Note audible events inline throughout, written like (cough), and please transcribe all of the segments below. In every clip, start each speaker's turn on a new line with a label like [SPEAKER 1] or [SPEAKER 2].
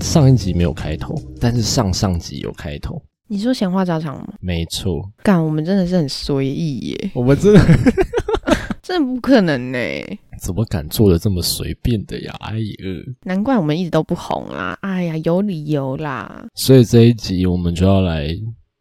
[SPEAKER 1] 上一集没有开头，但是上上集有开头，
[SPEAKER 2] 你说闲话家常吗？
[SPEAKER 1] 没错，
[SPEAKER 2] 干，我们真的是很随意耶， (laughs)
[SPEAKER 1] 我们真的
[SPEAKER 2] 真的不可能呢。
[SPEAKER 1] 怎么敢做的这么随便的呀？哎呀，
[SPEAKER 2] 难怪我们一直都不红啊！哎呀，有理由啦。
[SPEAKER 1] 所以这一集我们就要来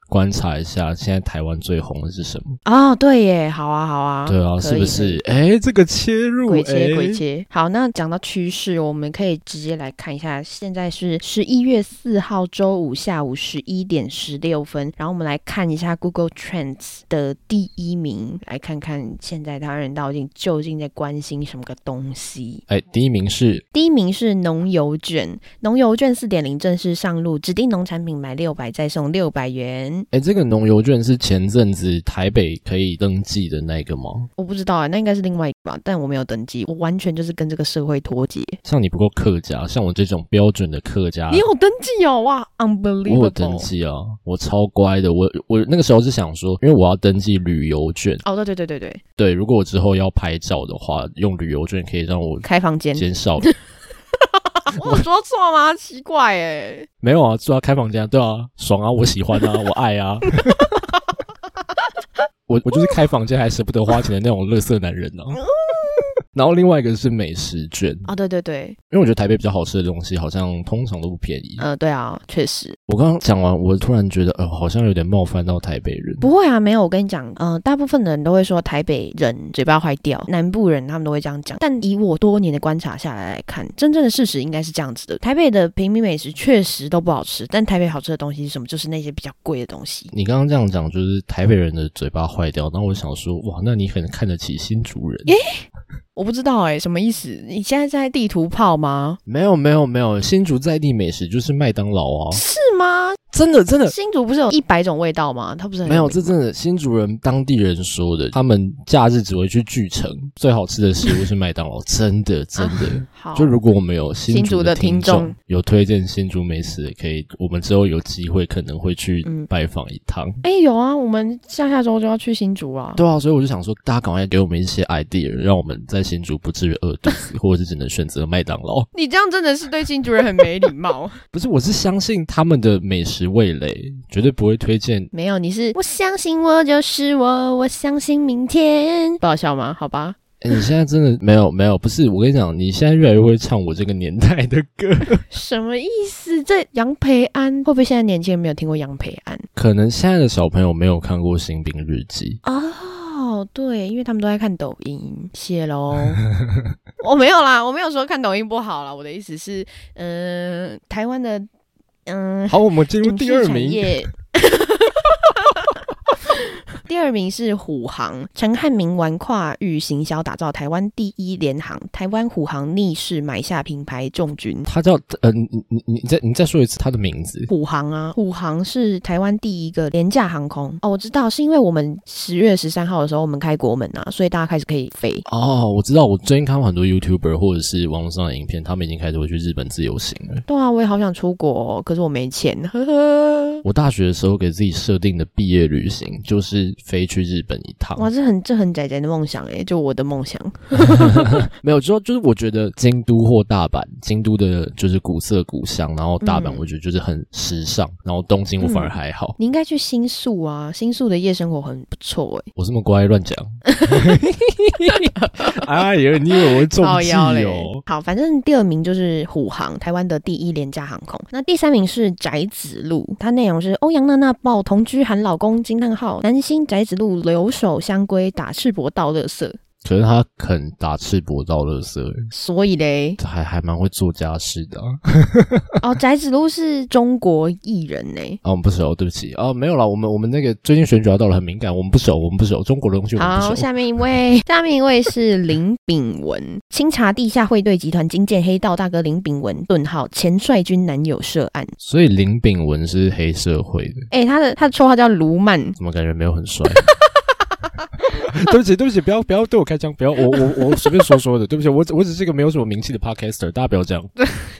[SPEAKER 1] 观察一下，现在台湾最红的是什么？
[SPEAKER 2] 哦，对耶，好啊，好啊，
[SPEAKER 1] 对啊，
[SPEAKER 2] 可以
[SPEAKER 1] 是不是？哎，这个切入，
[SPEAKER 2] 鬼切
[SPEAKER 1] 哎
[SPEAKER 2] 鬼切。好，那讲到趋势，我们可以直接来看一下，现在是十一月四号周五下午十一点十六分，然后我们来看一下 Google Trends 的第一名，来看看现在台湾人到底究竟在关心什么个东西。
[SPEAKER 1] 哎，第一名是
[SPEAKER 2] 第一名是农油券，农油券四点零正式上路，指定农产品买六百再送六百元。
[SPEAKER 1] 哎，这个农邮券是前阵子台北可以登记的那个吗？
[SPEAKER 2] 我不知道啊、那应该是另外一个吧，但我没有登记，我完全就是跟这个社会脱节。
[SPEAKER 1] 像你不够客家，像我这种标准的客家
[SPEAKER 2] 你，有登记哦，哇
[SPEAKER 1] 啊我有登
[SPEAKER 2] ，unbelievable！
[SPEAKER 1] 记啊，我超乖的。我我那个时候是想说，因为我要登记旅游券，
[SPEAKER 2] 哦，对对对对对，
[SPEAKER 1] 对，如果我之后要拍照的话，用旅游券可以让我
[SPEAKER 2] 开房间，
[SPEAKER 1] 减少。 (laughs)
[SPEAKER 2] 我有说错吗？奇怪哎，
[SPEAKER 1] 没有啊，做到开房间啊，对啊，爽啊，我喜欢啊，我爱啊。 (laughs) 我我就是开房间还舍不得花钱的那种乐色男
[SPEAKER 2] (laughs)
[SPEAKER 1] 人呢、啊。然后另外一个是美食券，
[SPEAKER 2] 哦，对对对，
[SPEAKER 1] 因为我觉得台北比较好吃的东西好像通常都不便宜。
[SPEAKER 2] 呃，对啊，确实
[SPEAKER 1] 我刚刚讲完，我突然觉得，呃，好像有点冒犯到台北人。
[SPEAKER 2] 不会啊，没有，我跟你讲，呃，大部分的人都会说台北人嘴巴坏掉，南部人他们都会这样讲。但以我多年的观察下来来看，真正的事实应该是这样子的：台北的平民美食确实都不好吃，但台北好吃的东西是什么？就是那些比较贵的东西。
[SPEAKER 1] 你刚刚这样讲，就是台北人的嘴巴坏掉。然后我想说，哇，那你很看得起新竹人。
[SPEAKER 2] 我不知道哎、什么意思？你现在在地图炮吗？
[SPEAKER 1] 没有没有没有，新竹在地美食就是麦当劳啊，
[SPEAKER 2] 是吗？
[SPEAKER 1] 真的真的
[SPEAKER 2] 新竹不是有一百种味道吗？它不是很
[SPEAKER 1] 没有，
[SPEAKER 2] 名
[SPEAKER 1] 这真的新竹人当地人说的，他们假日只会去巨城，最好吃的食物是麦当劳，真的真 (laughs) 的。
[SPEAKER 2] 好，
[SPEAKER 1] 就如果我们有啊新
[SPEAKER 2] 新竹
[SPEAKER 1] 的
[SPEAKER 2] 的
[SPEAKER 1] 听
[SPEAKER 2] 听
[SPEAKER 1] 众
[SPEAKER 2] 众
[SPEAKER 1] 有推荐新竹美食，可以我们之后有机会可能会去
[SPEAKER 2] 嗯
[SPEAKER 1] 拜访一趟。
[SPEAKER 2] 哎、有啊，我们下下周就要去新竹啊。
[SPEAKER 1] 对啊，所以我就想说，大家赶快给我们一 (laughs) 些 idea，让我们在新竹不至于饿肚子，或者是只能选择麦当劳。
[SPEAKER 2] 你这样真的是对新竹人很没礼貌。
[SPEAKER 1] 不是，我是相信他们的美食味蕾，绝对不会推荐。
[SPEAKER 2] 没有，你是我相信我就是我，我相信明天。不好笑吗？好吧，
[SPEAKER 1] 哎，你现在真的没有没有，不是我跟你讲，你现在越来越会唱我这个年代的歌， (laughs)
[SPEAKER 2] 什么意思？这杨培安会不会现在年轻人没有听过杨培安？
[SPEAKER 1] 可能现在的小朋友没有看过《新兵日记
[SPEAKER 2] 哦，对，因为他们都在看抖音，谢 (laughs) 喽。我没有啦，我没有说看抖音不好啦，我的意思是，嗯、台湾的，嗯、》。
[SPEAKER 1] 好，我们进入
[SPEAKER 2] 影
[SPEAKER 1] 第
[SPEAKER 2] 视
[SPEAKER 1] 二
[SPEAKER 2] 产
[SPEAKER 1] 名， (laughs)
[SPEAKER 2] 业。第二名是虎航，陈汉明玩跨域行销，打造台湾第一联航。台湾虎航逆势买下品牌重军。
[SPEAKER 1] 他叫呃，你你你再你再说一次他的名字。
[SPEAKER 2] 虎航啊，虎航是台湾第一个廉价航空哦，我知道，是因为我们十月十三号的时候我们开国门啊，所以大家开始可以飞。
[SPEAKER 1] 哦，我知道，我最近看到很多 YouTuber 或者是网络上的影片，他们已经开始会去日本自由行了。
[SPEAKER 2] 对啊，我也好想出国哦、可是我
[SPEAKER 1] (laughs)
[SPEAKER 2] 没钱，呵呵。
[SPEAKER 1] 我大学的时候给自己设定的毕业旅行就是飞去日本一趟，
[SPEAKER 2] 哇，这很这很宅宅的梦想诶，就我的梦想。
[SPEAKER 1] 没有，就就是我觉得京都或大阪，京都的就是古色古香，然后大阪
[SPEAKER 2] 嗯
[SPEAKER 1] 我觉得就是很时尚，然后东京我反而还好，
[SPEAKER 2] 你应该去新宿啊，新宿的夜生活很不
[SPEAKER 1] (laughs)
[SPEAKER 2] 错诶。欸
[SPEAKER 1] 我这么乖乱讲。哎呀，你以为我会中
[SPEAKER 2] 靠
[SPEAKER 1] 计
[SPEAKER 2] 腰嘞
[SPEAKER 1] 哦？。
[SPEAKER 2] 好，反正第二名就是虎航，台湾的第一廉价航空。那第三名是宅子路，它内容是欧阳娜娜抱同居喊老公惊叹号，男星宅子路留守相归打赤膊倒垃圾。
[SPEAKER 1] 可是他肯打赤膊到垃圾，，
[SPEAKER 2] 所以嘞
[SPEAKER 1] 还还蛮会做家事的啊。
[SPEAKER 2] 哦，宅子路是中国艺人呢、
[SPEAKER 1] 啊，我们不熟，对不起。哦，没有啦，我们我们那个最近选举要到了，很敏感，我们不熟，我们不熟，中国的东西我们
[SPEAKER 2] 好，
[SPEAKER 1] 不熟。
[SPEAKER 2] 下面一位，下面一位是林炳文，清查地下汇兑集团金建黑道大哥林炳文，顿号前帅军男友涉案。
[SPEAKER 1] 所以林炳文是黑社会的，
[SPEAKER 2] 哎、他的他的绰号叫卢曼，
[SPEAKER 1] 怎么感觉没有很帅？ (laughs) 对不起，对不起，不要不要对我开枪，不要我我我随便说说的，对不起，我只我只是一个没有什么名气的 podcaster，大家不要这样。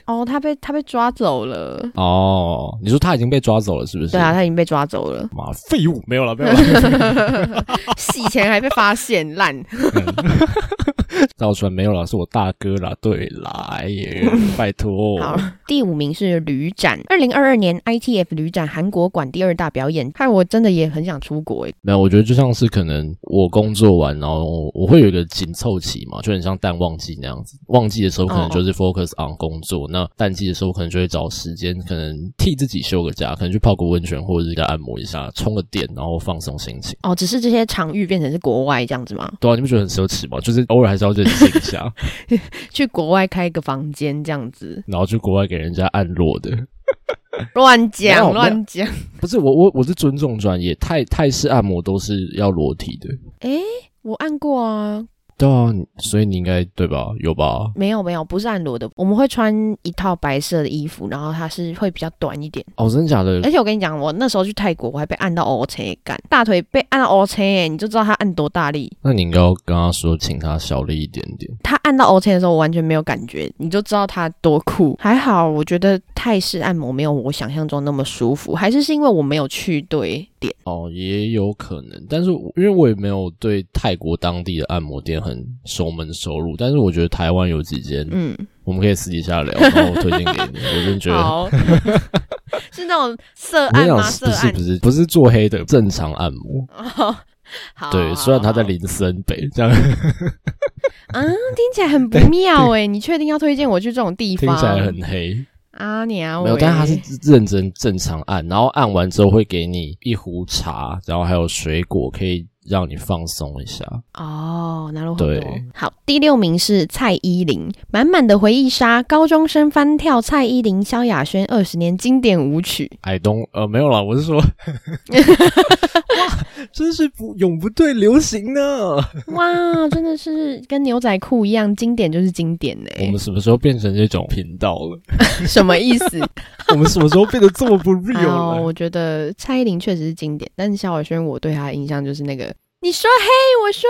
[SPEAKER 2] 哦，他被他被抓走了。
[SPEAKER 1] 哦，你说他已经被抓走了是不是？，
[SPEAKER 2] 对啊，，他已经被抓走了
[SPEAKER 1] (laughs) 妈废物，没有了没有了，
[SPEAKER 2] 洗钱还被发
[SPEAKER 1] (laughs)
[SPEAKER 2] 现，烂。
[SPEAKER 1] 赵传没有了，是我大哥啦，对啦，哎呀，拜托，
[SPEAKER 2] 好，第五名是旅展，二零二二年 ITF 旅展韩国馆第二大表演，害我真的也很想出国诶。欸
[SPEAKER 1] 没有，我觉得就像是可能我工作完，然后我会有一个紧凑期嘛，就很像淡旺季那样子。旺季的时候可能就是 focus on 工作，那淡季的时候可能就会找时间，可能替自己休个假，可能去泡个温泉或者是给它按摩一下，充个电，然后放松心情。
[SPEAKER 2] 哦，只是这些场域变成是国外这样子吗？
[SPEAKER 1] 对啊，你不觉得很奢侈吗？就是偶尔还是要任性一下， (laughs)
[SPEAKER 2] 去国外开一个房间这样子，
[SPEAKER 1] 然后去国外给人家按落的。
[SPEAKER 2] 乱
[SPEAKER 1] 没有
[SPEAKER 2] 讲
[SPEAKER 1] 没有
[SPEAKER 2] 乱讲。
[SPEAKER 1] 不是我我我是尊重专业，泰泰式按摩都是要裸体的。
[SPEAKER 2] 诶，我按过啊，
[SPEAKER 1] 对啊，你所以你应该对吧？有吧？
[SPEAKER 2] 没有没有，不是按裸的，我们会穿一套白色的衣服，然后它是会比较短一点。
[SPEAKER 1] 哦，真的假的？
[SPEAKER 2] 而且我跟你讲，我那时候去泰国，我还被按到 O 车感，大腿被按到 O 车，你就知道他按多大力。
[SPEAKER 1] 那你应该要跟他说，请他小力一点点。
[SPEAKER 2] 他按到 O 车的时候，我完全没有感觉，你就知道他多酷。还好，我觉得泰式按摩没有我想象中那么舒服，还是是因为我没有去对点。
[SPEAKER 1] 哦，也有可能，但是我因为我也没有对泰国当地的按摩店很熟门熟路，但是我觉得台湾有几间，
[SPEAKER 2] 嗯，
[SPEAKER 1] 我们可以私底
[SPEAKER 2] (laughs)
[SPEAKER 1] 下聊，然后我推荐给你。我真的觉得，
[SPEAKER 2] 好， (laughs) 是那种色
[SPEAKER 1] 我跟
[SPEAKER 2] 按
[SPEAKER 1] 你讲
[SPEAKER 2] 吗？，
[SPEAKER 1] 是
[SPEAKER 2] 色
[SPEAKER 1] 啊不是
[SPEAKER 2] 按
[SPEAKER 1] 不。是不是做黑的正常按摩，
[SPEAKER 2] 哦好
[SPEAKER 1] 对，虽然他在林森北，这样
[SPEAKER 2] 啊，听起来很不
[SPEAKER 1] (laughs)
[SPEAKER 2] 妙哎、你确定要推荐我去这种地
[SPEAKER 1] 听
[SPEAKER 2] 方？
[SPEAKER 1] 起来很黑，
[SPEAKER 2] 啊娘
[SPEAKER 1] 没
[SPEAKER 2] 喂，
[SPEAKER 1] 有，但是他是认真正常按，然后按完之后会给你一壶茶，然后还有水果，可以让你放松一下。
[SPEAKER 2] 哦，拿了很
[SPEAKER 1] 对
[SPEAKER 2] 好，第六名是蔡依林，满满的回忆杀，高中生翻跳蔡依林、萧亚轩二十年经典舞曲。
[SPEAKER 1] I don't 呃没有啦，我是 (laughs) 说，哇，真是不永不对流行呢。
[SPEAKER 2] 哇，真的是跟牛仔裤一样，经典就是经典呢、
[SPEAKER 1] 我们什么时候变成这种频道了？
[SPEAKER 2] 什么意思？
[SPEAKER 1] (laughs) 我们什么时候变得这 (laughs) 么不 real
[SPEAKER 2] 哦，
[SPEAKER 1] 了？
[SPEAKER 2] 我觉得蔡依林确实是经典，但是萧亚轩我对她的印象就是那个。你说嘿，我说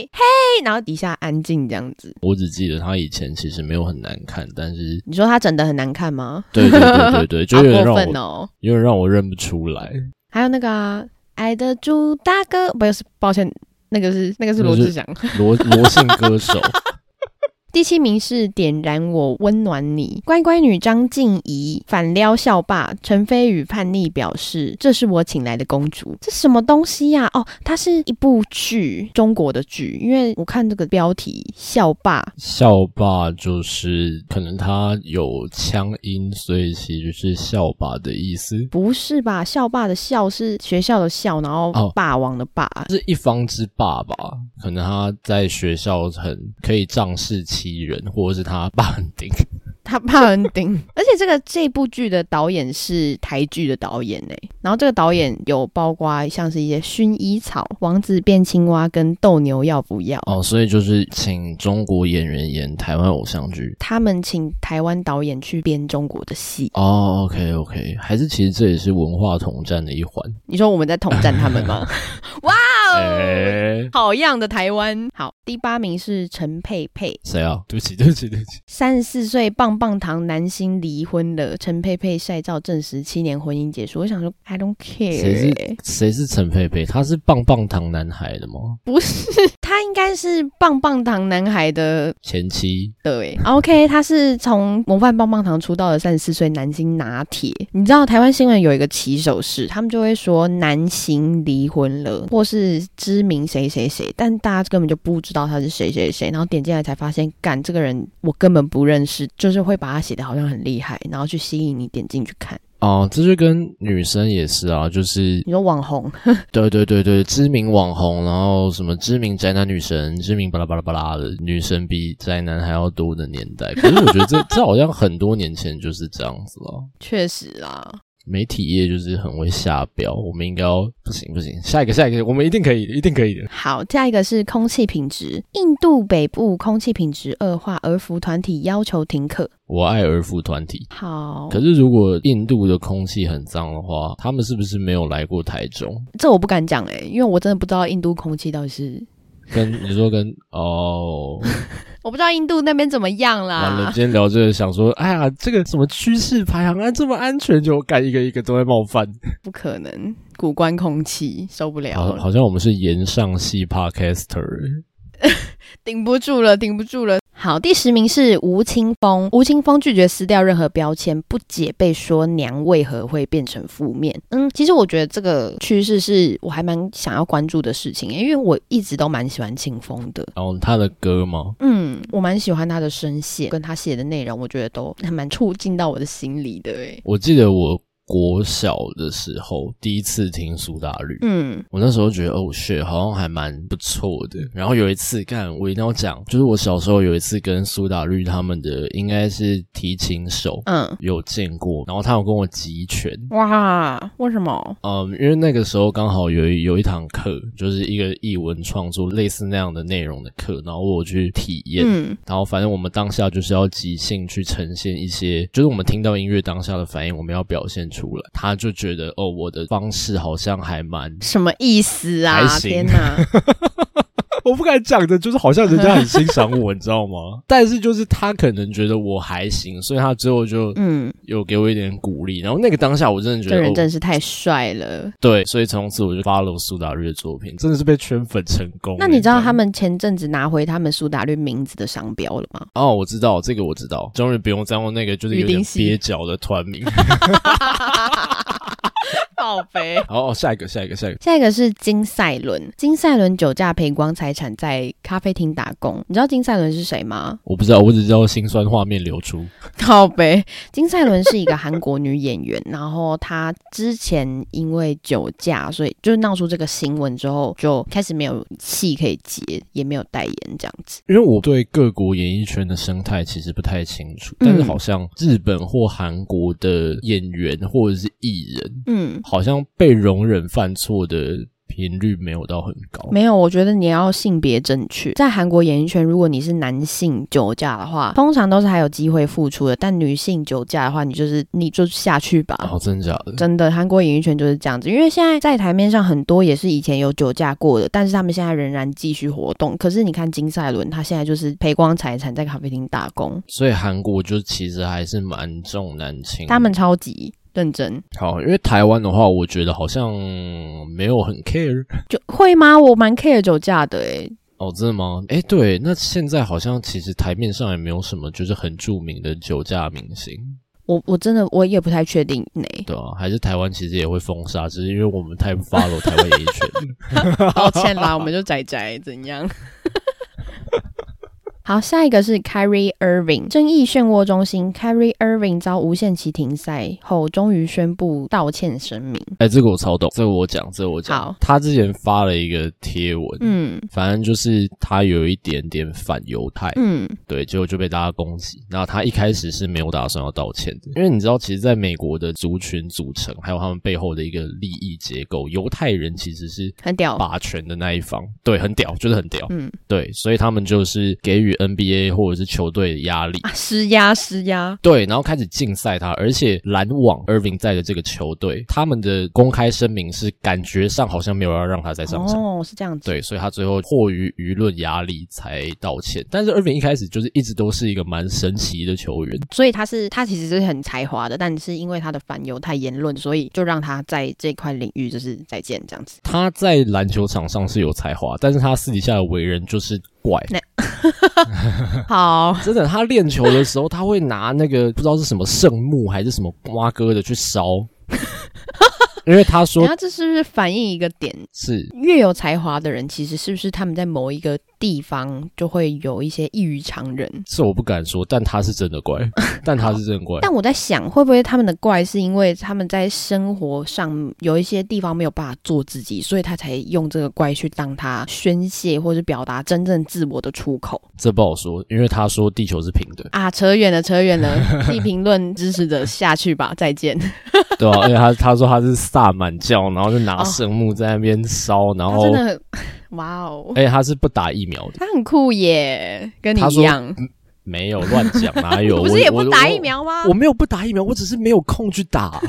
[SPEAKER 2] 嘿，嘿，然后底下安静这样子。
[SPEAKER 1] (laughs) 我只记得他以前其实没有很难看，但是
[SPEAKER 2] 你说她整的很难看吗？
[SPEAKER 1] 对对对对 (laughs) 对，就
[SPEAKER 2] 好
[SPEAKER 1] 有点
[SPEAKER 2] 过
[SPEAKER 1] 让
[SPEAKER 2] 分
[SPEAKER 1] 我、
[SPEAKER 2] 哦！
[SPEAKER 1] 有点让我认不出来。
[SPEAKER 2] 还有那个、啊、爱的猪大哥，不是，抱歉，那个是那个是
[SPEAKER 1] 那
[SPEAKER 2] 罗
[SPEAKER 1] 个是
[SPEAKER 2] 志祥。
[SPEAKER 1] 罗 (laughs) 罗姓歌手，
[SPEAKER 2] 第七名是点燃我温暖你，乖乖女张静怡反撩校霸陈飞宇叛逆表示这是我请来的公主，这什么东西呀、哦，它是一部剧，中国的剧，因为我看这个标题校霸。
[SPEAKER 1] 校霸就是可能他有腔音，所以其实是校霸的意思。
[SPEAKER 2] 不是吧？校霸的校是学校的校，然后
[SPEAKER 1] 哦
[SPEAKER 2] 霸王的霸。
[SPEAKER 1] 是一方之霸吧，可能他在学校很可以仗势欺人，或者是他霸很顶。
[SPEAKER 2] 他怕人顶， (laughs) 而且这个这部剧的导演是台剧的导演呢、然后这个导演有包括像是一些薰衣草、王子变青蛙跟斗牛要不要。
[SPEAKER 1] 哦，所以就是请中国演员演台湾偶像剧。
[SPEAKER 2] 他们请台湾导演去编中国的戏，
[SPEAKER 1] 哦，OK OK，还是其实这也是文化统战的一环。
[SPEAKER 2] 你说我们在统战他们
[SPEAKER 1] (laughs)
[SPEAKER 2] 吗？哇哦，
[SPEAKER 1] 哎、
[SPEAKER 2] 好样的台湾！好，第八名是陈佩佩，
[SPEAKER 1] 谁啊？对不起，对不起，对不起。
[SPEAKER 2] 三十四岁棒棒糖男星离婚了，陈佩佩晒照证实七年婚姻结束。我想说，I don't
[SPEAKER 1] 谁
[SPEAKER 2] care，、
[SPEAKER 1] 是谁是陈佩佩？他是棒棒糖男孩的吗？
[SPEAKER 2] 不是，他应该是棒棒糖男孩的
[SPEAKER 1] 前妻
[SPEAKER 2] 对 OK，他是从模范棒棒糖出道的三十四岁男星拿铁。你知道台湾新闻有一个起手式，他们就会说男星离婚了，或是知名谁谁谁，但大家根本就不知道他是谁谁谁，然后点进来才发现，干这个人我根本不认识，就是会把他写的好像很厉害，然后去吸引你点进去看。
[SPEAKER 1] 哦，这就跟女生也是啊，就是
[SPEAKER 2] 你说网红，
[SPEAKER 1] 对对对对，知名网红，然后什么知名宅男女神，知名巴拉巴拉巴拉的女神比宅男还要多的年代。可是我觉得这 (laughs) 这好像很多年前就是这样子了。
[SPEAKER 2] 确实啊，
[SPEAKER 1] 媒体业就是很会下标，我们应该要不行不行，下一个下一个，我们一定可以，一定可以的。
[SPEAKER 2] 好，下一个是空气品质。印度北部空气品质恶化，儿福团体要求停课。
[SPEAKER 1] 我爱儿福团体，
[SPEAKER 2] 好，
[SPEAKER 1] 可是如果印度的空气很脏的话，他们是不是没有来过台中？
[SPEAKER 2] 欸这我不敢讲哎、因为我真的不知道印度空气到底是
[SPEAKER 1] 跟你说跟哦，
[SPEAKER 2] 我不知道印度那边怎么样
[SPEAKER 1] 完了，
[SPEAKER 2] (laughs) 啦。
[SPEAKER 1] 今天聊这个，想说，哎呀，这个什么趋势排行啊，这么安全，就干一个一个都在冒犯，
[SPEAKER 2] 不可能，古关空气受不了
[SPEAKER 1] 好，
[SPEAKER 2] 了，
[SPEAKER 1] 好像我们是岩上系 podcaster，
[SPEAKER 2] 顶不住了，顶不住了。好，第十名是吴青峰。吴青峰拒绝撕掉任何标签，不解被说娘为何会变成负面。嗯，其实我觉得这个趋势是我还蛮想要关注的事情，因为我一直都蛮喜欢清风的。
[SPEAKER 1] 然后他的歌吗？
[SPEAKER 2] 嗯，我蛮喜欢他的声线，跟他写的内容，我觉得都还蛮触进到我的心里的。哎，
[SPEAKER 1] 我记得我国小的时候第一次听苏打绿，
[SPEAKER 2] 嗯，
[SPEAKER 1] 我那时候觉得哦，shit，好像还蛮不错的。然后有一次，干，我一定要讲，就是我小时候有一次跟苏打绿他们的应该是提琴手
[SPEAKER 2] 嗯，
[SPEAKER 1] 有见过，然后他有跟我集拳。
[SPEAKER 2] 哇，为什么？
[SPEAKER 1] 嗯，因为那个时候刚好有一有一堂课，就是一个译文创作类似那样的内容的课，然后我有去体验，
[SPEAKER 2] 嗯
[SPEAKER 1] 然后反正我们当下就是要即兴去呈现一些，就是我们听到音乐当下的反应，我们要表现出来。他就觉得哦，我的方式好像还蛮
[SPEAKER 2] 什么意思啊
[SPEAKER 1] 还？行
[SPEAKER 2] 天 (laughs) 哪！
[SPEAKER 1] (laughs) 我不敢讲的，就是好像人家很欣赏我，你知道吗？ (laughs) 但是就是他可能觉得我还行，所以他之后就
[SPEAKER 2] 嗯，
[SPEAKER 1] 有给我一点鼓励。然后那个当下，我真的觉
[SPEAKER 2] 这
[SPEAKER 1] 得
[SPEAKER 2] 人
[SPEAKER 1] 哦，
[SPEAKER 2] 真是太帅了。
[SPEAKER 1] 对，所以从此我就 follow 苏打绿的作品，真的是被圈粉成功。
[SPEAKER 2] 那你知道他
[SPEAKER 1] 们？
[SPEAKER 2] 们前阵子拿回他们苏打绿名字的商标了 (laughs) 吗？
[SPEAKER 1] 哦，我知道这个，我知道，终于不用再用那个就是有
[SPEAKER 2] 鱼
[SPEAKER 1] 点
[SPEAKER 2] 丁
[SPEAKER 1] 蹩
[SPEAKER 2] 系
[SPEAKER 1] 脚的团名。 (laughs)
[SPEAKER 2] 好肥。
[SPEAKER 1] 好、哦，下一个，下一个，下一个。
[SPEAKER 2] 下一个是金赛纶，金赛纶酒驾赔光财产，在咖啡厅打工。你知道金赛纶是谁吗？
[SPEAKER 1] 我不知道，我只知道心酸画面流出。
[SPEAKER 2] (laughs) 靠北，金赛纶是一个韩国女演员，然后她之前因为酒驾，所以就闹出这个新闻之后，就开始没有戏可以接，也没有代言这样子。
[SPEAKER 1] 因为我对各国演艺圈的生态其实不太清楚，
[SPEAKER 2] 嗯
[SPEAKER 1] 但是好像日本或韩国的演员或者是艺人，
[SPEAKER 2] 嗯，
[SPEAKER 1] 好像被容忍犯错的频率没有到很高。
[SPEAKER 2] 没有，我觉得你要性别正确。在韩国演艺圈，如果你是男性酒驾的话，通常都是还有机会复出的，但女性酒驾的话，你就是你就下去吧。
[SPEAKER 1] 哦，真的假的？
[SPEAKER 2] 真的，韩国演艺圈就是这样子，因为现在在台面上很多也是以前有酒驾过的，但是他们现在仍然继续活动。可是你看金赛纶，他现在就是赔光财产，在咖啡厅打工，
[SPEAKER 1] 所以韩国就其实还是蛮重男轻女。
[SPEAKER 2] 他们超级认真，
[SPEAKER 1] 好，因为台湾的话，我觉得好像没有很 care。
[SPEAKER 2] 就会吗？我蛮 care 酒驾的欸诶、
[SPEAKER 1] 哦，真的吗？哎，对，那现在好像其实台面上也没有什么就是很著名的酒驾明星，
[SPEAKER 2] 我我真的我也不太确定呢、
[SPEAKER 1] 对啊，还是台湾其实也会封杀，只是因为我们太不 follow 台湾演艺圈。
[SPEAKER 2] 抱歉啦，我们就宅宅怎样？好，下一个是 Kyrie Irving，争议漩涡中心，Kyrie Irving 遭无限期停赛后，终于宣布道歉声明。
[SPEAKER 1] (laughs) 哎，这个我超懂，这个我讲，这个我讲
[SPEAKER 2] 好。
[SPEAKER 1] 他之前发了一个贴文，
[SPEAKER 2] 嗯
[SPEAKER 1] 反正就是他有一点点反犹太，
[SPEAKER 2] 嗯，
[SPEAKER 1] 对，结果就被大家攻击。然后他一开始是没有打算要道歉的，因为你知道，其实在美国的族群组成，还有他们背后的一个利益结构，犹太人其实是
[SPEAKER 2] 很屌。
[SPEAKER 1] 霸权的那一方，对，很屌，就是很屌，
[SPEAKER 2] 嗯
[SPEAKER 1] 对，所以他们就是给予 NBA 或者是球队的压力。
[SPEAKER 2] 啊，施压施压，
[SPEAKER 1] 对，然后开始禁赛他，而且篮网 Irving 在的这个球队，他们的公开声明是感觉上好像没有要让他再上场，
[SPEAKER 2] 哦，是这样子。
[SPEAKER 1] 对，所以他最后迫于舆论压力才道歉。但是 Irving 一开始就是一直都是一个蛮神奇的球员，
[SPEAKER 2] 所以他是他其实是很才华的，但是因为他的反犹太言论，所以就让他在这块领域就是再见这样
[SPEAKER 1] (laughs)
[SPEAKER 2] 子。
[SPEAKER 1] 他在篮球场上是有才华，但是他私底下的为人就是怪。
[SPEAKER 2] 好，
[SPEAKER 1] 真的，他练球的时候，他会拿那个不知道是什么圣木还是什么瓜哥的去烧，因为他说
[SPEAKER 2] 然后这是不是反映一个点？
[SPEAKER 1] 是
[SPEAKER 2] 越有才华的人，其实是不是他们在某一个地方就会有一些异于常人？
[SPEAKER 1] 是我不敢说，但他是真的 (laughs) 怪，但他是真的怪。
[SPEAKER 2] 但我在想，会不会他们的怪是因为他们在生活上有一些地方没有办法做自己，所以他才用这个怪去当他宣泄或是表达真正自我的出口？，
[SPEAKER 1] 这不好说，因为他说地球是平的 (laughs)
[SPEAKER 2] 啊，扯远了，扯远了， (laughs) 自己评论支持者下去
[SPEAKER 1] (laughs)
[SPEAKER 2] 吧，再见。
[SPEAKER 1] 对啊？而且他他说他是萨满教，然后就拿
[SPEAKER 2] 哦
[SPEAKER 1] 圣木在那边烧，然
[SPEAKER 2] 他
[SPEAKER 1] 后
[SPEAKER 2] 真的很， (laughs) 哇哦，
[SPEAKER 1] 而且他是不打疫苗的，
[SPEAKER 2] 他很酷耶，跟你
[SPEAKER 1] 他
[SPEAKER 2] 一
[SPEAKER 1] 说
[SPEAKER 2] 样，
[SPEAKER 1] 没有
[SPEAKER 2] (laughs)
[SPEAKER 1] 乱讲，哪有？
[SPEAKER 2] 不
[SPEAKER 1] 我
[SPEAKER 2] 是也
[SPEAKER 1] 我
[SPEAKER 2] 不打疫苗吗啊
[SPEAKER 1] 我？我没有不打疫苗，我只是没有空去打。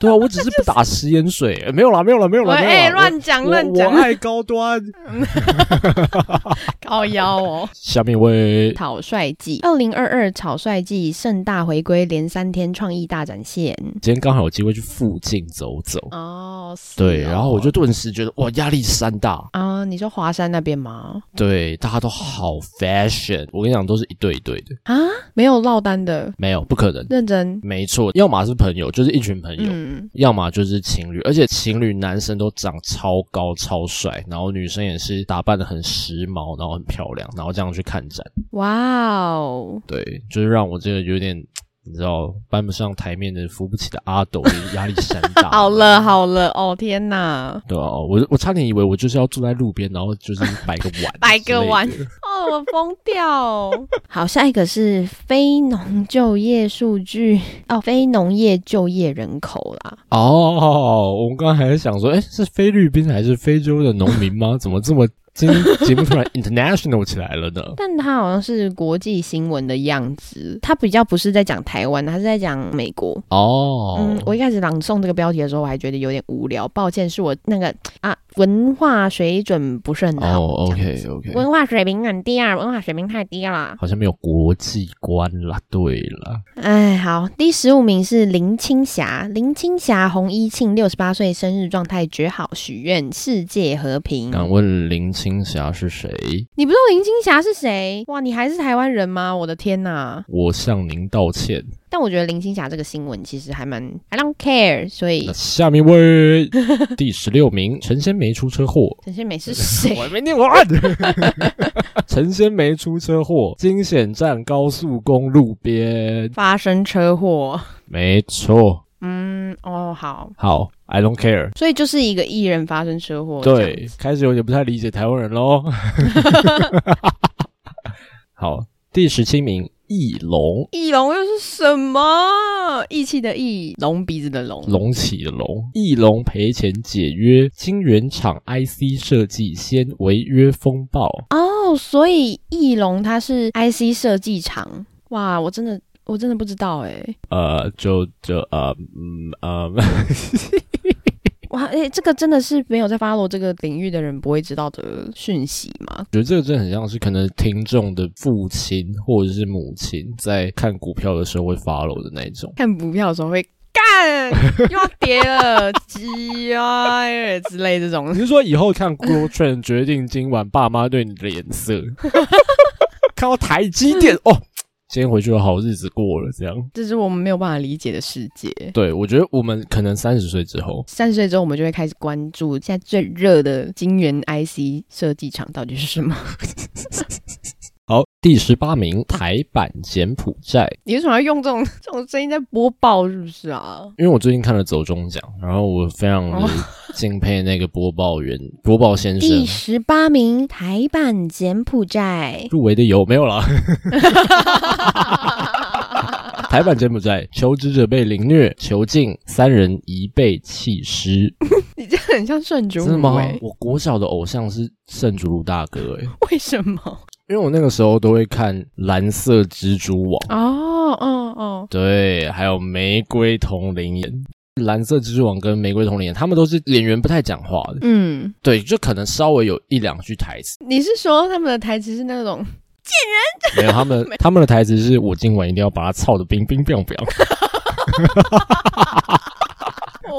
[SPEAKER 1] 对啊，我只是不打食盐水、呃没有啦，没有啦，没有啦，没有啦。
[SPEAKER 2] 哎，
[SPEAKER 1] 我
[SPEAKER 2] 乱讲
[SPEAKER 1] 我
[SPEAKER 2] 乱讲
[SPEAKER 1] 我，爱高端。
[SPEAKER 2] 高腰
[SPEAKER 1] (laughs)
[SPEAKER 2] 哦。
[SPEAKER 1] 下面一位
[SPEAKER 2] 草率季，二零二二草率季盛大回归，连三天创意大展现。
[SPEAKER 1] 今天刚好有机会去附近走走，
[SPEAKER 2] 哦，是
[SPEAKER 1] 对，
[SPEAKER 2] 哦
[SPEAKER 1] 然后我就顿时觉得哇，压力山大。
[SPEAKER 2] 啊、你说华山那边吗？
[SPEAKER 1] 对，大家都好 fashion，我跟你讲，都是一对一对的，
[SPEAKER 2] 啊，没有落单的，
[SPEAKER 1] 没有不可能。
[SPEAKER 2] 认真。
[SPEAKER 1] 没错，要么是朋友，就是一群朋友。
[SPEAKER 2] 嗯，
[SPEAKER 1] 要么就是情侣，而且情侣男生都长超高超帅，然后女生也是打扮的很时髦，然后很漂亮，然后这样去看展，
[SPEAKER 2] 哇哦，
[SPEAKER 1] 对，就是让我这个有点你知道搬不上台面的扶不起的阿斗的压力山大。
[SPEAKER 2] (laughs) 好了好了，哦天哪，
[SPEAKER 1] 对啊，我我差点以为我就是要坐在路边，然后就是摆个碗，
[SPEAKER 2] (laughs) 摆个碗，哦，我疯掉。哦 (laughs) 好，下一个是非农就业数据哦，非农业就业人口啦。
[SPEAKER 1] 哦，我们刚才还想说，哎，是菲律宾还是非洲的农民吗？怎么这么今天节目突 (laughs) 然 international 起来了呢？
[SPEAKER 2] 但它好像是国际新闻的样子，它比较不是在讲台湾，它是在讲美国。
[SPEAKER 1] 哦，
[SPEAKER 2] 嗯，我一开始朗诵这个标题的时候，我还觉得有点无聊，抱歉，是我那个啊文化水准不是很好。
[SPEAKER 1] 哦
[SPEAKER 2] 这样
[SPEAKER 1] ，OK
[SPEAKER 2] 子
[SPEAKER 1] OK，
[SPEAKER 2] 文化水平很低啊，文化水平太低啦。
[SPEAKER 1] 好像没有国际观啦。对啦，
[SPEAKER 2] 哎，好，第十五名是林青霞，林青霞洪一庆六十八岁生日状态绝好，许愿世界和平。
[SPEAKER 1] 敢问林青霞是谁？
[SPEAKER 2] 你不知道林青霞是谁？哇，你还是台湾人吗？我的天哪！
[SPEAKER 1] 我向您道 (laughs) 歉。
[SPEAKER 2] 但我觉得林青霞这个新闻其实还蛮 I don't care，所以
[SPEAKER 1] 那下面一位第十六名， (laughs) 陈仙梅出车祸。
[SPEAKER 2] 陈世美是谁？
[SPEAKER 1] 我还没念完。 (laughs) 陈仙梅出车祸，惊险站高速公路边。
[SPEAKER 2] 发生车祸？
[SPEAKER 1] 没错，
[SPEAKER 2] 嗯，哦，好，
[SPEAKER 1] 好，I don't care。
[SPEAKER 2] 所以就是一个艺人发生车祸。这样
[SPEAKER 1] 对，开始有点不太理解台湾人
[SPEAKER 2] (laughs)
[SPEAKER 1] 喽。好，第十七名，翼龙，
[SPEAKER 2] 翼龙又是什么？义气的义，龙鼻子的龙。
[SPEAKER 1] 龙起龙，翼龙赔钱解约，晶圆厂 IC 设计先违约风暴。
[SPEAKER 2] 哦，所以翼龙它是 IC 设计厂。哇，我真的我真的不知道哎、
[SPEAKER 1] 呃，就就呃嗯呃， (laughs)
[SPEAKER 2] 哇，哎、这个真的是没有在 follow 这个领域的人不会知道的讯息吗？
[SPEAKER 1] 觉得这个真的很像是可能听众的父亲或者是母亲在看股票的时候会 follow 的那一种。
[SPEAKER 2] 看股票的时候会干，又要跌了， (laughs) 鸡啊之类这种 (laughs)
[SPEAKER 1] 你。是说以后看 (laughs) Google Trend 决定今晚爸妈对你的脸
[SPEAKER 2] (laughs)
[SPEAKER 1] 色？看到台积电哦，今天回去有好日子过了，这样。
[SPEAKER 2] 这是我们没有办法理解的世界。
[SPEAKER 1] 对，我觉得我们可能三十岁之后，
[SPEAKER 2] 三十岁之后，我们就会开始关注现在最热的晶圆 IC 设计厂到底是什么？
[SPEAKER 1] 好，第十八名，台版柬埔寨。
[SPEAKER 2] 你为什么要用这种这种声音在播报？是不是啊？
[SPEAKER 1] 因为我最近看了《走中奖》，然后我非常的
[SPEAKER 2] 哦
[SPEAKER 1] 敬佩那个播报员、播报先生。
[SPEAKER 2] 第。十八名，台版柬埔寨 (laughs)
[SPEAKER 1] 入围的有没有啦？台版柬埔寨求职者被凌虐、囚禁，三人一被弃尸，
[SPEAKER 2] 你这很像圣主
[SPEAKER 1] 真的吗
[SPEAKER 2] 母、欸？
[SPEAKER 1] 我国小的偶像是圣主鲁大哥、欸，
[SPEAKER 2] 为什么？
[SPEAKER 1] 因为我那个时候都会看《蓝色蜘蛛网》
[SPEAKER 2] 哦，哦哦，
[SPEAKER 1] 对，还有玫瑰同龄眼。蓝色蜘蛛网跟玫瑰同龄眼，他们都是演员不太讲话的，
[SPEAKER 2] 嗯，
[SPEAKER 1] 对，就可能稍微有一两句台 (laughs) 词，
[SPEAKER 2] 你是说他们的台词是那 (laughs) 种
[SPEAKER 1] 没有他们他们的台词是我今晚一定要把它操的冰冰冰冰，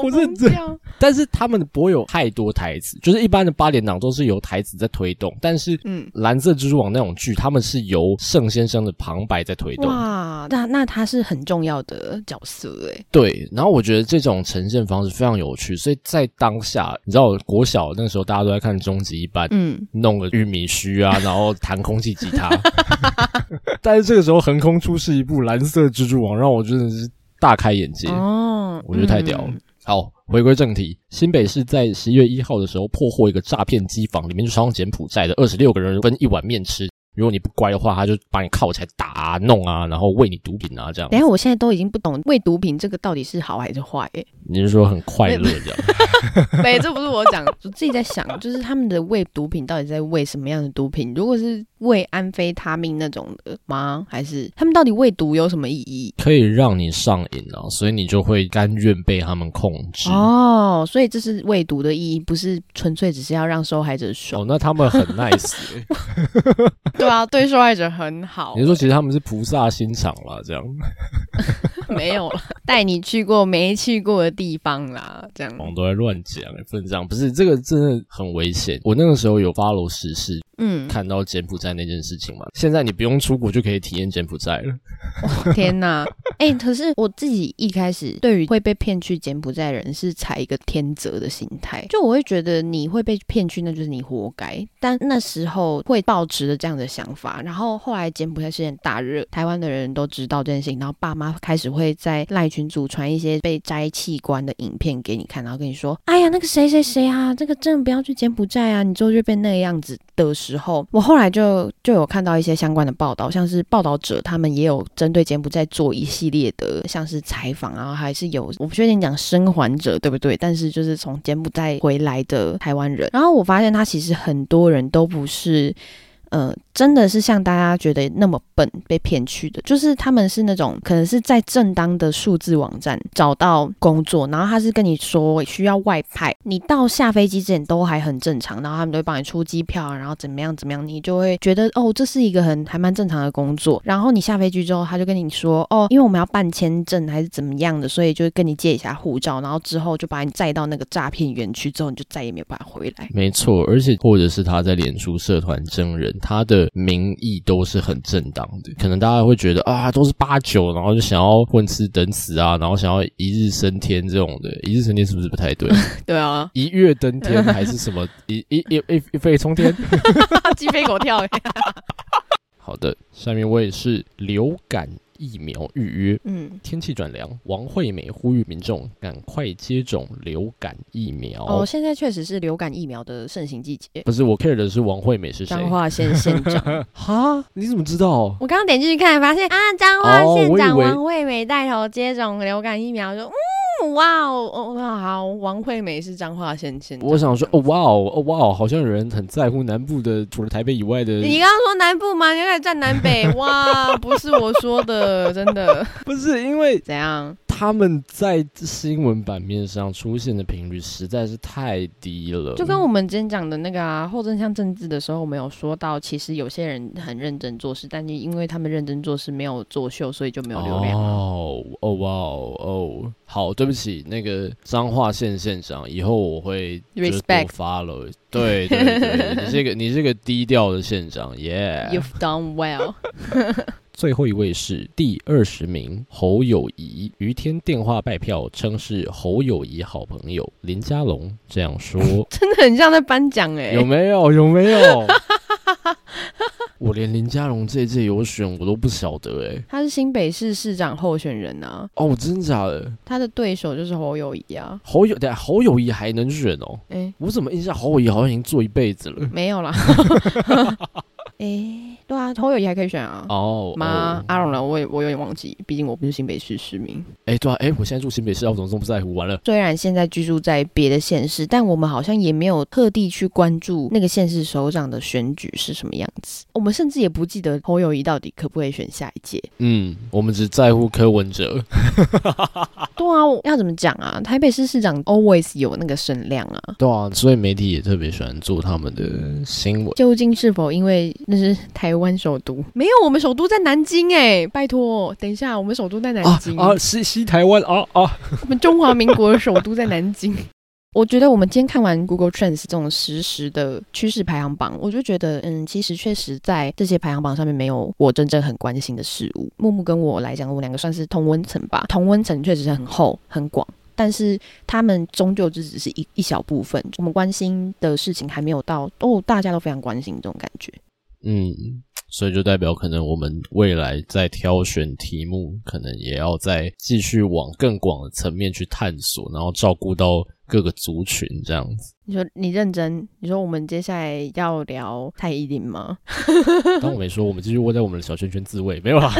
[SPEAKER 1] 我是
[SPEAKER 2] 这样？
[SPEAKER 1] 但是他们不会有太多台词，就是一般的八点档都是由台词在推动，但是
[SPEAKER 2] 嗯，
[SPEAKER 1] 蓝色蜘蛛网那种剧，他们是由盛先生的旁白在推动，
[SPEAKER 2] 哇，那那他是很重要的角色哎。
[SPEAKER 1] 对，然后我觉得这种呈现方式非常有趣，所以在当下，你知道国小那时候大家都在看终极一班，
[SPEAKER 2] 嗯，
[SPEAKER 1] 弄个玉米须啊，然后弹空气吉他， (laughs) 但是这个时候横空出世一部蓝色蜘蛛网，让我真的是大开眼界，
[SPEAKER 2] 哦，
[SPEAKER 1] 我觉得太屌了。
[SPEAKER 2] 嗯
[SPEAKER 1] 好，回归正题，新北市在十一月一号的时候破获一个诈骗机房，里面就超像柬埔寨的二十六个人分一碗面吃。如果你不乖的话，他就把你铐起来打啊、弄啊，然后喂你毒品啊，这样
[SPEAKER 2] 等一。下，我现在都已经不懂喂毒品这个到底是好还是坏、欸。
[SPEAKER 1] 你是说很快乐这样？ (laughs)
[SPEAKER 2] 没，这不是我讲的，我自己在想，就是他们的喂毒品到底在喂什么样的毒品？如果是喂安非他命那种的吗？还是他们到底喂毒有什么意义？
[SPEAKER 1] 可以让你上瘾啊，所以你就会甘愿被他们控制。
[SPEAKER 2] 哦，所以这是喂毒的意义，不是纯粹只是要让受害者爽。
[SPEAKER 1] 哦，那他们很 nice 欸、
[SPEAKER 2] 对啊，对受害者很好
[SPEAKER 1] 你。是说其实他们是菩萨心肠啦，这样。
[SPEAKER 2] 没有了，带你去过没去过的地方啦，这样。
[SPEAKER 1] 网哦都在乱讲，不能这样。不是这个真的很危险。我那个时候有 follow 时事，
[SPEAKER 2] 嗯，
[SPEAKER 1] 看到柬埔寨那件事情嘛。现在你不用出国就可以体验柬埔寨了。
[SPEAKER 2] 天呐，哎、可是我自己一开始对于会被骗去柬埔寨的人是采一个天择的心态，就我会觉得你会被骗去，那就是你活该。但那时候会抱持着这样的想法，然后后来柬埔寨事件大热，台湾的人都知道这件事情，然后爸妈开始会在赖群组传一些被摘器官的影片给你看，然后跟你说，哎呀，那个谁谁谁啊，这个真的不要去柬埔寨啊，你之后就会变那个样子。的时候，我后来就就有看到一些相关的报道，像是报道者他们也有针对柬埔寨做一系列的像是采访啊，还是有我不确定讲生还者对不对，但是就是从柬埔寨回来的台湾人，然后我发现他其实很多人都不是。呃，真的是像大家觉得那么笨被骗去的，就是他们是那种呃可能是在正当的数字网站找到工作，然后他是跟你说需要外派，你到下飞机之前都还很正常，然后他们都会帮你出机票，然后怎么样怎么样，你就会觉得哦，这是一个很还蛮正常的工作。然后你下飞机之后，他就跟你说哦，因为我们要办签证还是怎么样的，所以就跟你借一下护照，然后之后就把你载到那个诈骗园区之后，你就再也没有办法回来。
[SPEAKER 1] 没错，而且或者是他在脸书社团真人，他的名义都是很正当的。可能大家会觉得啊，都是八九，然后就想要混吃等死啊，然后想要一日升天这种的。一日升天是不是不太对？
[SPEAKER 2] (laughs) 对啊，
[SPEAKER 1] 一跃登天还是什么？一一一一一飞冲天？
[SPEAKER 2] 鸡飞狗跳。欸
[SPEAKER 1] 好的，下面我也是流感疫苗预约。
[SPEAKER 2] (laughs) 嗯，
[SPEAKER 1] 天气转凉，王惠美呼吁民众赶快接种流感疫苗。
[SPEAKER 2] 哦，现在确实是流感疫苗的盛行季节。
[SPEAKER 1] 不是我 care 的是王惠美是谁？
[SPEAKER 2] 彰化县县长，
[SPEAKER 1] (laughs) 哈？你怎么知道？
[SPEAKER 2] 我刚刚点进去看，发现啊，彰
[SPEAKER 1] 哦
[SPEAKER 2] 化县长
[SPEAKER 1] 我以为
[SPEAKER 2] 王惠美带头接种流感疫苗，就嗯，哇哦，哦，哇好，王惠美是彰化县县长。
[SPEAKER 1] 我想说，哦哇哦，哦哇哦，好像有人很在乎南部的，除了台北以外的，
[SPEAKER 2] 你刚刚说南部吗？你又开始站南
[SPEAKER 1] (laughs)
[SPEAKER 2] 北，哇，不是我说的，真的
[SPEAKER 1] 不是因为
[SPEAKER 2] 怎样？
[SPEAKER 1] 他们在新闻版面上出现的频率实在是太低了，
[SPEAKER 2] 就跟我们今天讲的那个啊，后正向政治的时候，我们有说到，其实有些人很认真做事，但就因为他们认真做事没有作秀，所以就没有啊流量。
[SPEAKER 1] 哦哦哇哦哦，好，对不起，那个彰化县县长，以后我会就是多
[SPEAKER 2] Respect
[SPEAKER 1] follow。对对对，你是一个你是一个低调的县长耶。
[SPEAKER 2] You've done well。
[SPEAKER 1] 最后一位是第二十名侯友谊，于天电话拜票称是侯友谊好朋友，林佳龙这样说，
[SPEAKER 2] 真的 (laughs) 很像在颁奖哎、
[SPEAKER 1] 有没有？有没有？我连林佳龙这一届有选我都不晓得哎、
[SPEAKER 2] 他是新北市市长候选人啊，
[SPEAKER 1] 哦，真假的？
[SPEAKER 2] 他的对手就是侯友谊啊。
[SPEAKER 1] 侯友，等一下侯友谊还能选哦？
[SPEAKER 2] 哎、
[SPEAKER 1] 我怎么印象侯友谊好像已经做一辈子了？(laughs)
[SPEAKER 2] 没有啦。哎、对啊，侯友谊还可以选啊。
[SPEAKER 1] 哦，
[SPEAKER 2] 妈
[SPEAKER 1] 哦，
[SPEAKER 2] 阿荣了，我也我有点忘记，毕竟我不是新北市市民。
[SPEAKER 1] 哎，对啊，哎，我现在住新北市，啊我怎么这么不在乎？完了，
[SPEAKER 2] 虽然现在居住在别的县市，但我们好像也没有特地去关注那个县市首长的选举是什么样子。我们甚至也不记得侯友谊到底可不可以选下一
[SPEAKER 1] (laughs)
[SPEAKER 2] 届。
[SPEAKER 1] 嗯，我们只在乎柯文哲，
[SPEAKER 2] 对啊，我要怎么讲啊？台北市市长 always 有那个声量啊。
[SPEAKER 1] 对啊，所以媒体也特别喜欢做他们的新闻。
[SPEAKER 2] 究竟是否因为那是台湾首都？没有，我们首都在南京哎、拜托，等一下，我们首都在南
[SPEAKER 1] 啊
[SPEAKER 2] 京，
[SPEAKER 1] 啊，西西台湾啊啊，
[SPEAKER 2] 我们中华民国的首都在南京。 (laughs) 我觉得我们今天看完 Google Trends 这种实时的趋势排行榜，我就觉得，嗯，其实确实在这些排行榜上面没有我真正很关心的事物。木木跟我来讲，我们两个算是同温层吧，同温层确实是很厚很广。但是他们终究就只是一一小部分，我们关心的事情还没有到哦，大家都非常关心这种感觉。
[SPEAKER 1] 嗯，所以就代表可能我们未来在挑选题目，可能也要再继续往更广的层面去探索，然后照顾到各个族群这样
[SPEAKER 2] (laughs)
[SPEAKER 1] 子。
[SPEAKER 2] 你说你认真，你说我们接下来要聊蔡依林吗？ (laughs)
[SPEAKER 1] 当我没说，我们继续窝在我们的小圈圈自慰，没有啦，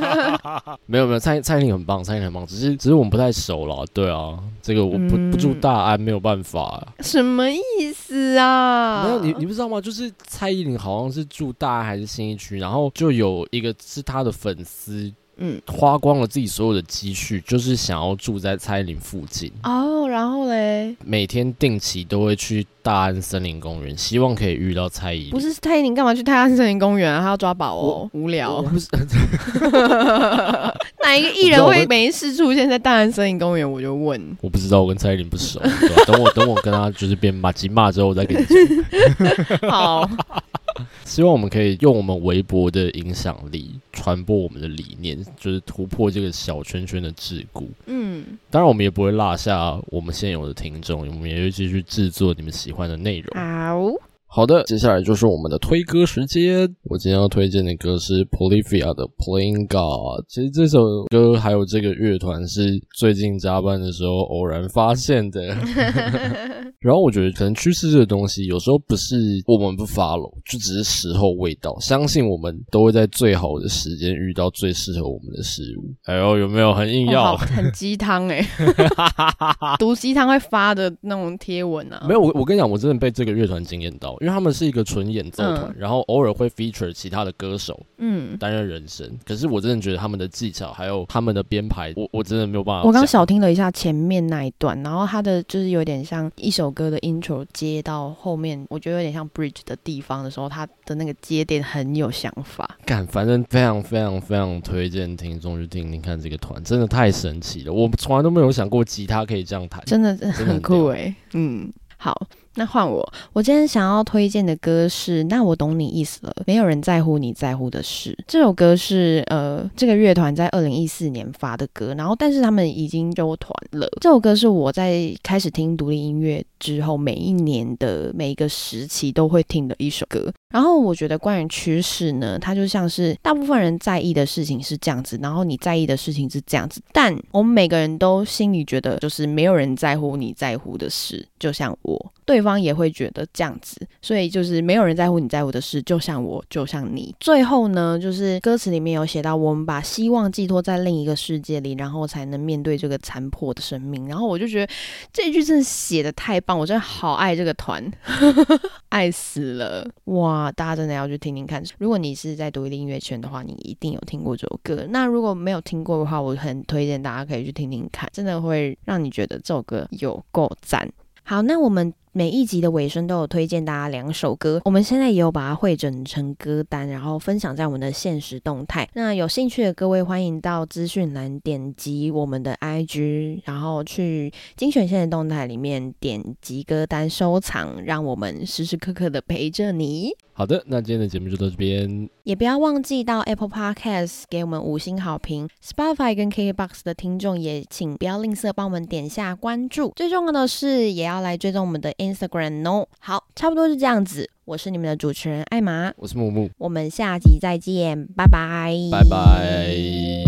[SPEAKER 2] (laughs)
[SPEAKER 1] 没有没有，蔡蔡依林很棒，蔡依林很棒，只是只是我们不太熟啦，对啊，这个我不、
[SPEAKER 2] 嗯
[SPEAKER 1] 不住大安，没有办法、
[SPEAKER 2] 什么意思啊？
[SPEAKER 1] 没有你，你不知道吗？就是蔡依林好像是住大安还是新一区，然后就有一个是她的粉丝
[SPEAKER 2] 嗯
[SPEAKER 1] 花光了自己所有的积蓄，就是想要住在蔡依林附近，
[SPEAKER 2] 哦，然后嘞，
[SPEAKER 1] 每天定期都会去大安森林公园，希望可以遇到蔡依
[SPEAKER 2] 不
[SPEAKER 1] 林。
[SPEAKER 2] 是蔡依林干嘛去泰安森林公园啊？她要抓宝哦，无
[SPEAKER 1] 我
[SPEAKER 2] 聊。
[SPEAKER 1] 不是，
[SPEAKER 2] (laughs) 哪一个艺人会没事出现在大安森林公园？我
[SPEAKER 1] (laughs)
[SPEAKER 2] 就问。
[SPEAKER 1] (laughs) 我不知道，我跟蔡依林不熟。对吧等我等我跟她就是变马吉骂之后，我再跟你讲。
[SPEAKER 2] 好，
[SPEAKER 1] 希望我们可以用我们微薄的影响力传播我们的理念，就是突破这个小圈圈的桎梏。
[SPEAKER 2] 嗯
[SPEAKER 1] 当然，我们也不会落下我们现有的听众，我们也会继续制作你们喜欢的内容。 (laughs)
[SPEAKER 2] 好，哦
[SPEAKER 1] 好的，接下来就是我们的推歌时间。我今天要推荐的歌是 Polyphia 的《Playing God》。其实这首歌还有这个乐团是最近加班的时候偶然发现
[SPEAKER 2] (laughs)
[SPEAKER 1] 的。然后我觉得可能趋势这个东西，有时候不是我们不 follow，就只是时候未到。相信我们都会在最好的时间遇到最适合我们的事物。哎呦，有没有很硬
[SPEAKER 2] 哦
[SPEAKER 1] 要
[SPEAKER 2] 好？很鸡
[SPEAKER 1] (laughs)
[SPEAKER 2] 汤哎，毒鸡汤会发的那种贴文啊。
[SPEAKER 1] 没有，我我跟你讲，我真的被这个乐团惊艳到，因为他们是一个纯演奏团，
[SPEAKER 2] 嗯
[SPEAKER 1] 然后偶尔会 feature 其他的歌手
[SPEAKER 2] 嗯，
[SPEAKER 1] 担任人声。可是我真的觉得他们的技巧还有他们的编排，我我真的没有办法讲。
[SPEAKER 2] 我刚小听了一下前面那一段，然后它的就是有点像一首歌的 intro 接到后面，我觉得有点像 bridge 的地方的时候，它的那个接点很有想法。
[SPEAKER 1] 干，反正非常非常非常推荐听众去听听看这个团，真的太神奇了，我从来都没有想过吉他可以这样弹。
[SPEAKER 2] 真的
[SPEAKER 1] 的
[SPEAKER 2] 很
[SPEAKER 1] 很
[SPEAKER 2] 酷
[SPEAKER 1] 屌
[SPEAKER 2] 哎、嗯，好，那换我，我今天想要推荐的歌是《那我懂你意思了》，没有人在乎你在乎的事。这首歌是呃，这个乐团在二零一四年发的歌，然后但是他们已经休团了。这首歌是我在开始听独立音乐之后，每一年的每一个时期都会听的一首歌。然后我觉得关于趋势呢，它就像是大部分人在意的事情是这样子，然后你在意的事情是这样子，但我们每个人都心里觉得就是没有人在乎你在乎的事，就像我，对方也会觉得这样子，所以就是没有人在乎你在乎的事，就像我，就像你。最后呢，就是歌词里面有写到，我们把希望寄托在另一个世界里，然后才能面对这个残破的生命。然后我就觉得这句真的写的太棒，我真的好爱这个团。爱死了！哇，大家真的要去听听看。如果你是在独立音乐圈的话，你一定有听过这首歌。那如果没有听过的话，我很推荐大家可以去听听看，真的会让你觉得这首歌有够赞。好，那我们每一集的尾声都有推荐大家两首歌，我们现在也有把它汇整成歌单，然后分享在我们的现实动态。那有兴趣的各位，欢迎到资讯栏点击我们的 IG，然后去精选线的动态里面点击歌单收藏，让我们时时刻刻的陪着你。
[SPEAKER 1] 好的，那今天的节目就到这边，
[SPEAKER 2] 也不要忘记到 Apple Podcast 给我们五星好评，Spotify 跟 KKBox 的听众也请不要吝啬帮我们点下关注。最重要的是，也要来追踪我们的 Instagram 哦。好，差不多是这样子，我是你们的主持人艾玛，
[SPEAKER 1] 我是木木，
[SPEAKER 2] 我们下集再见，拜拜，
[SPEAKER 1] 拜拜。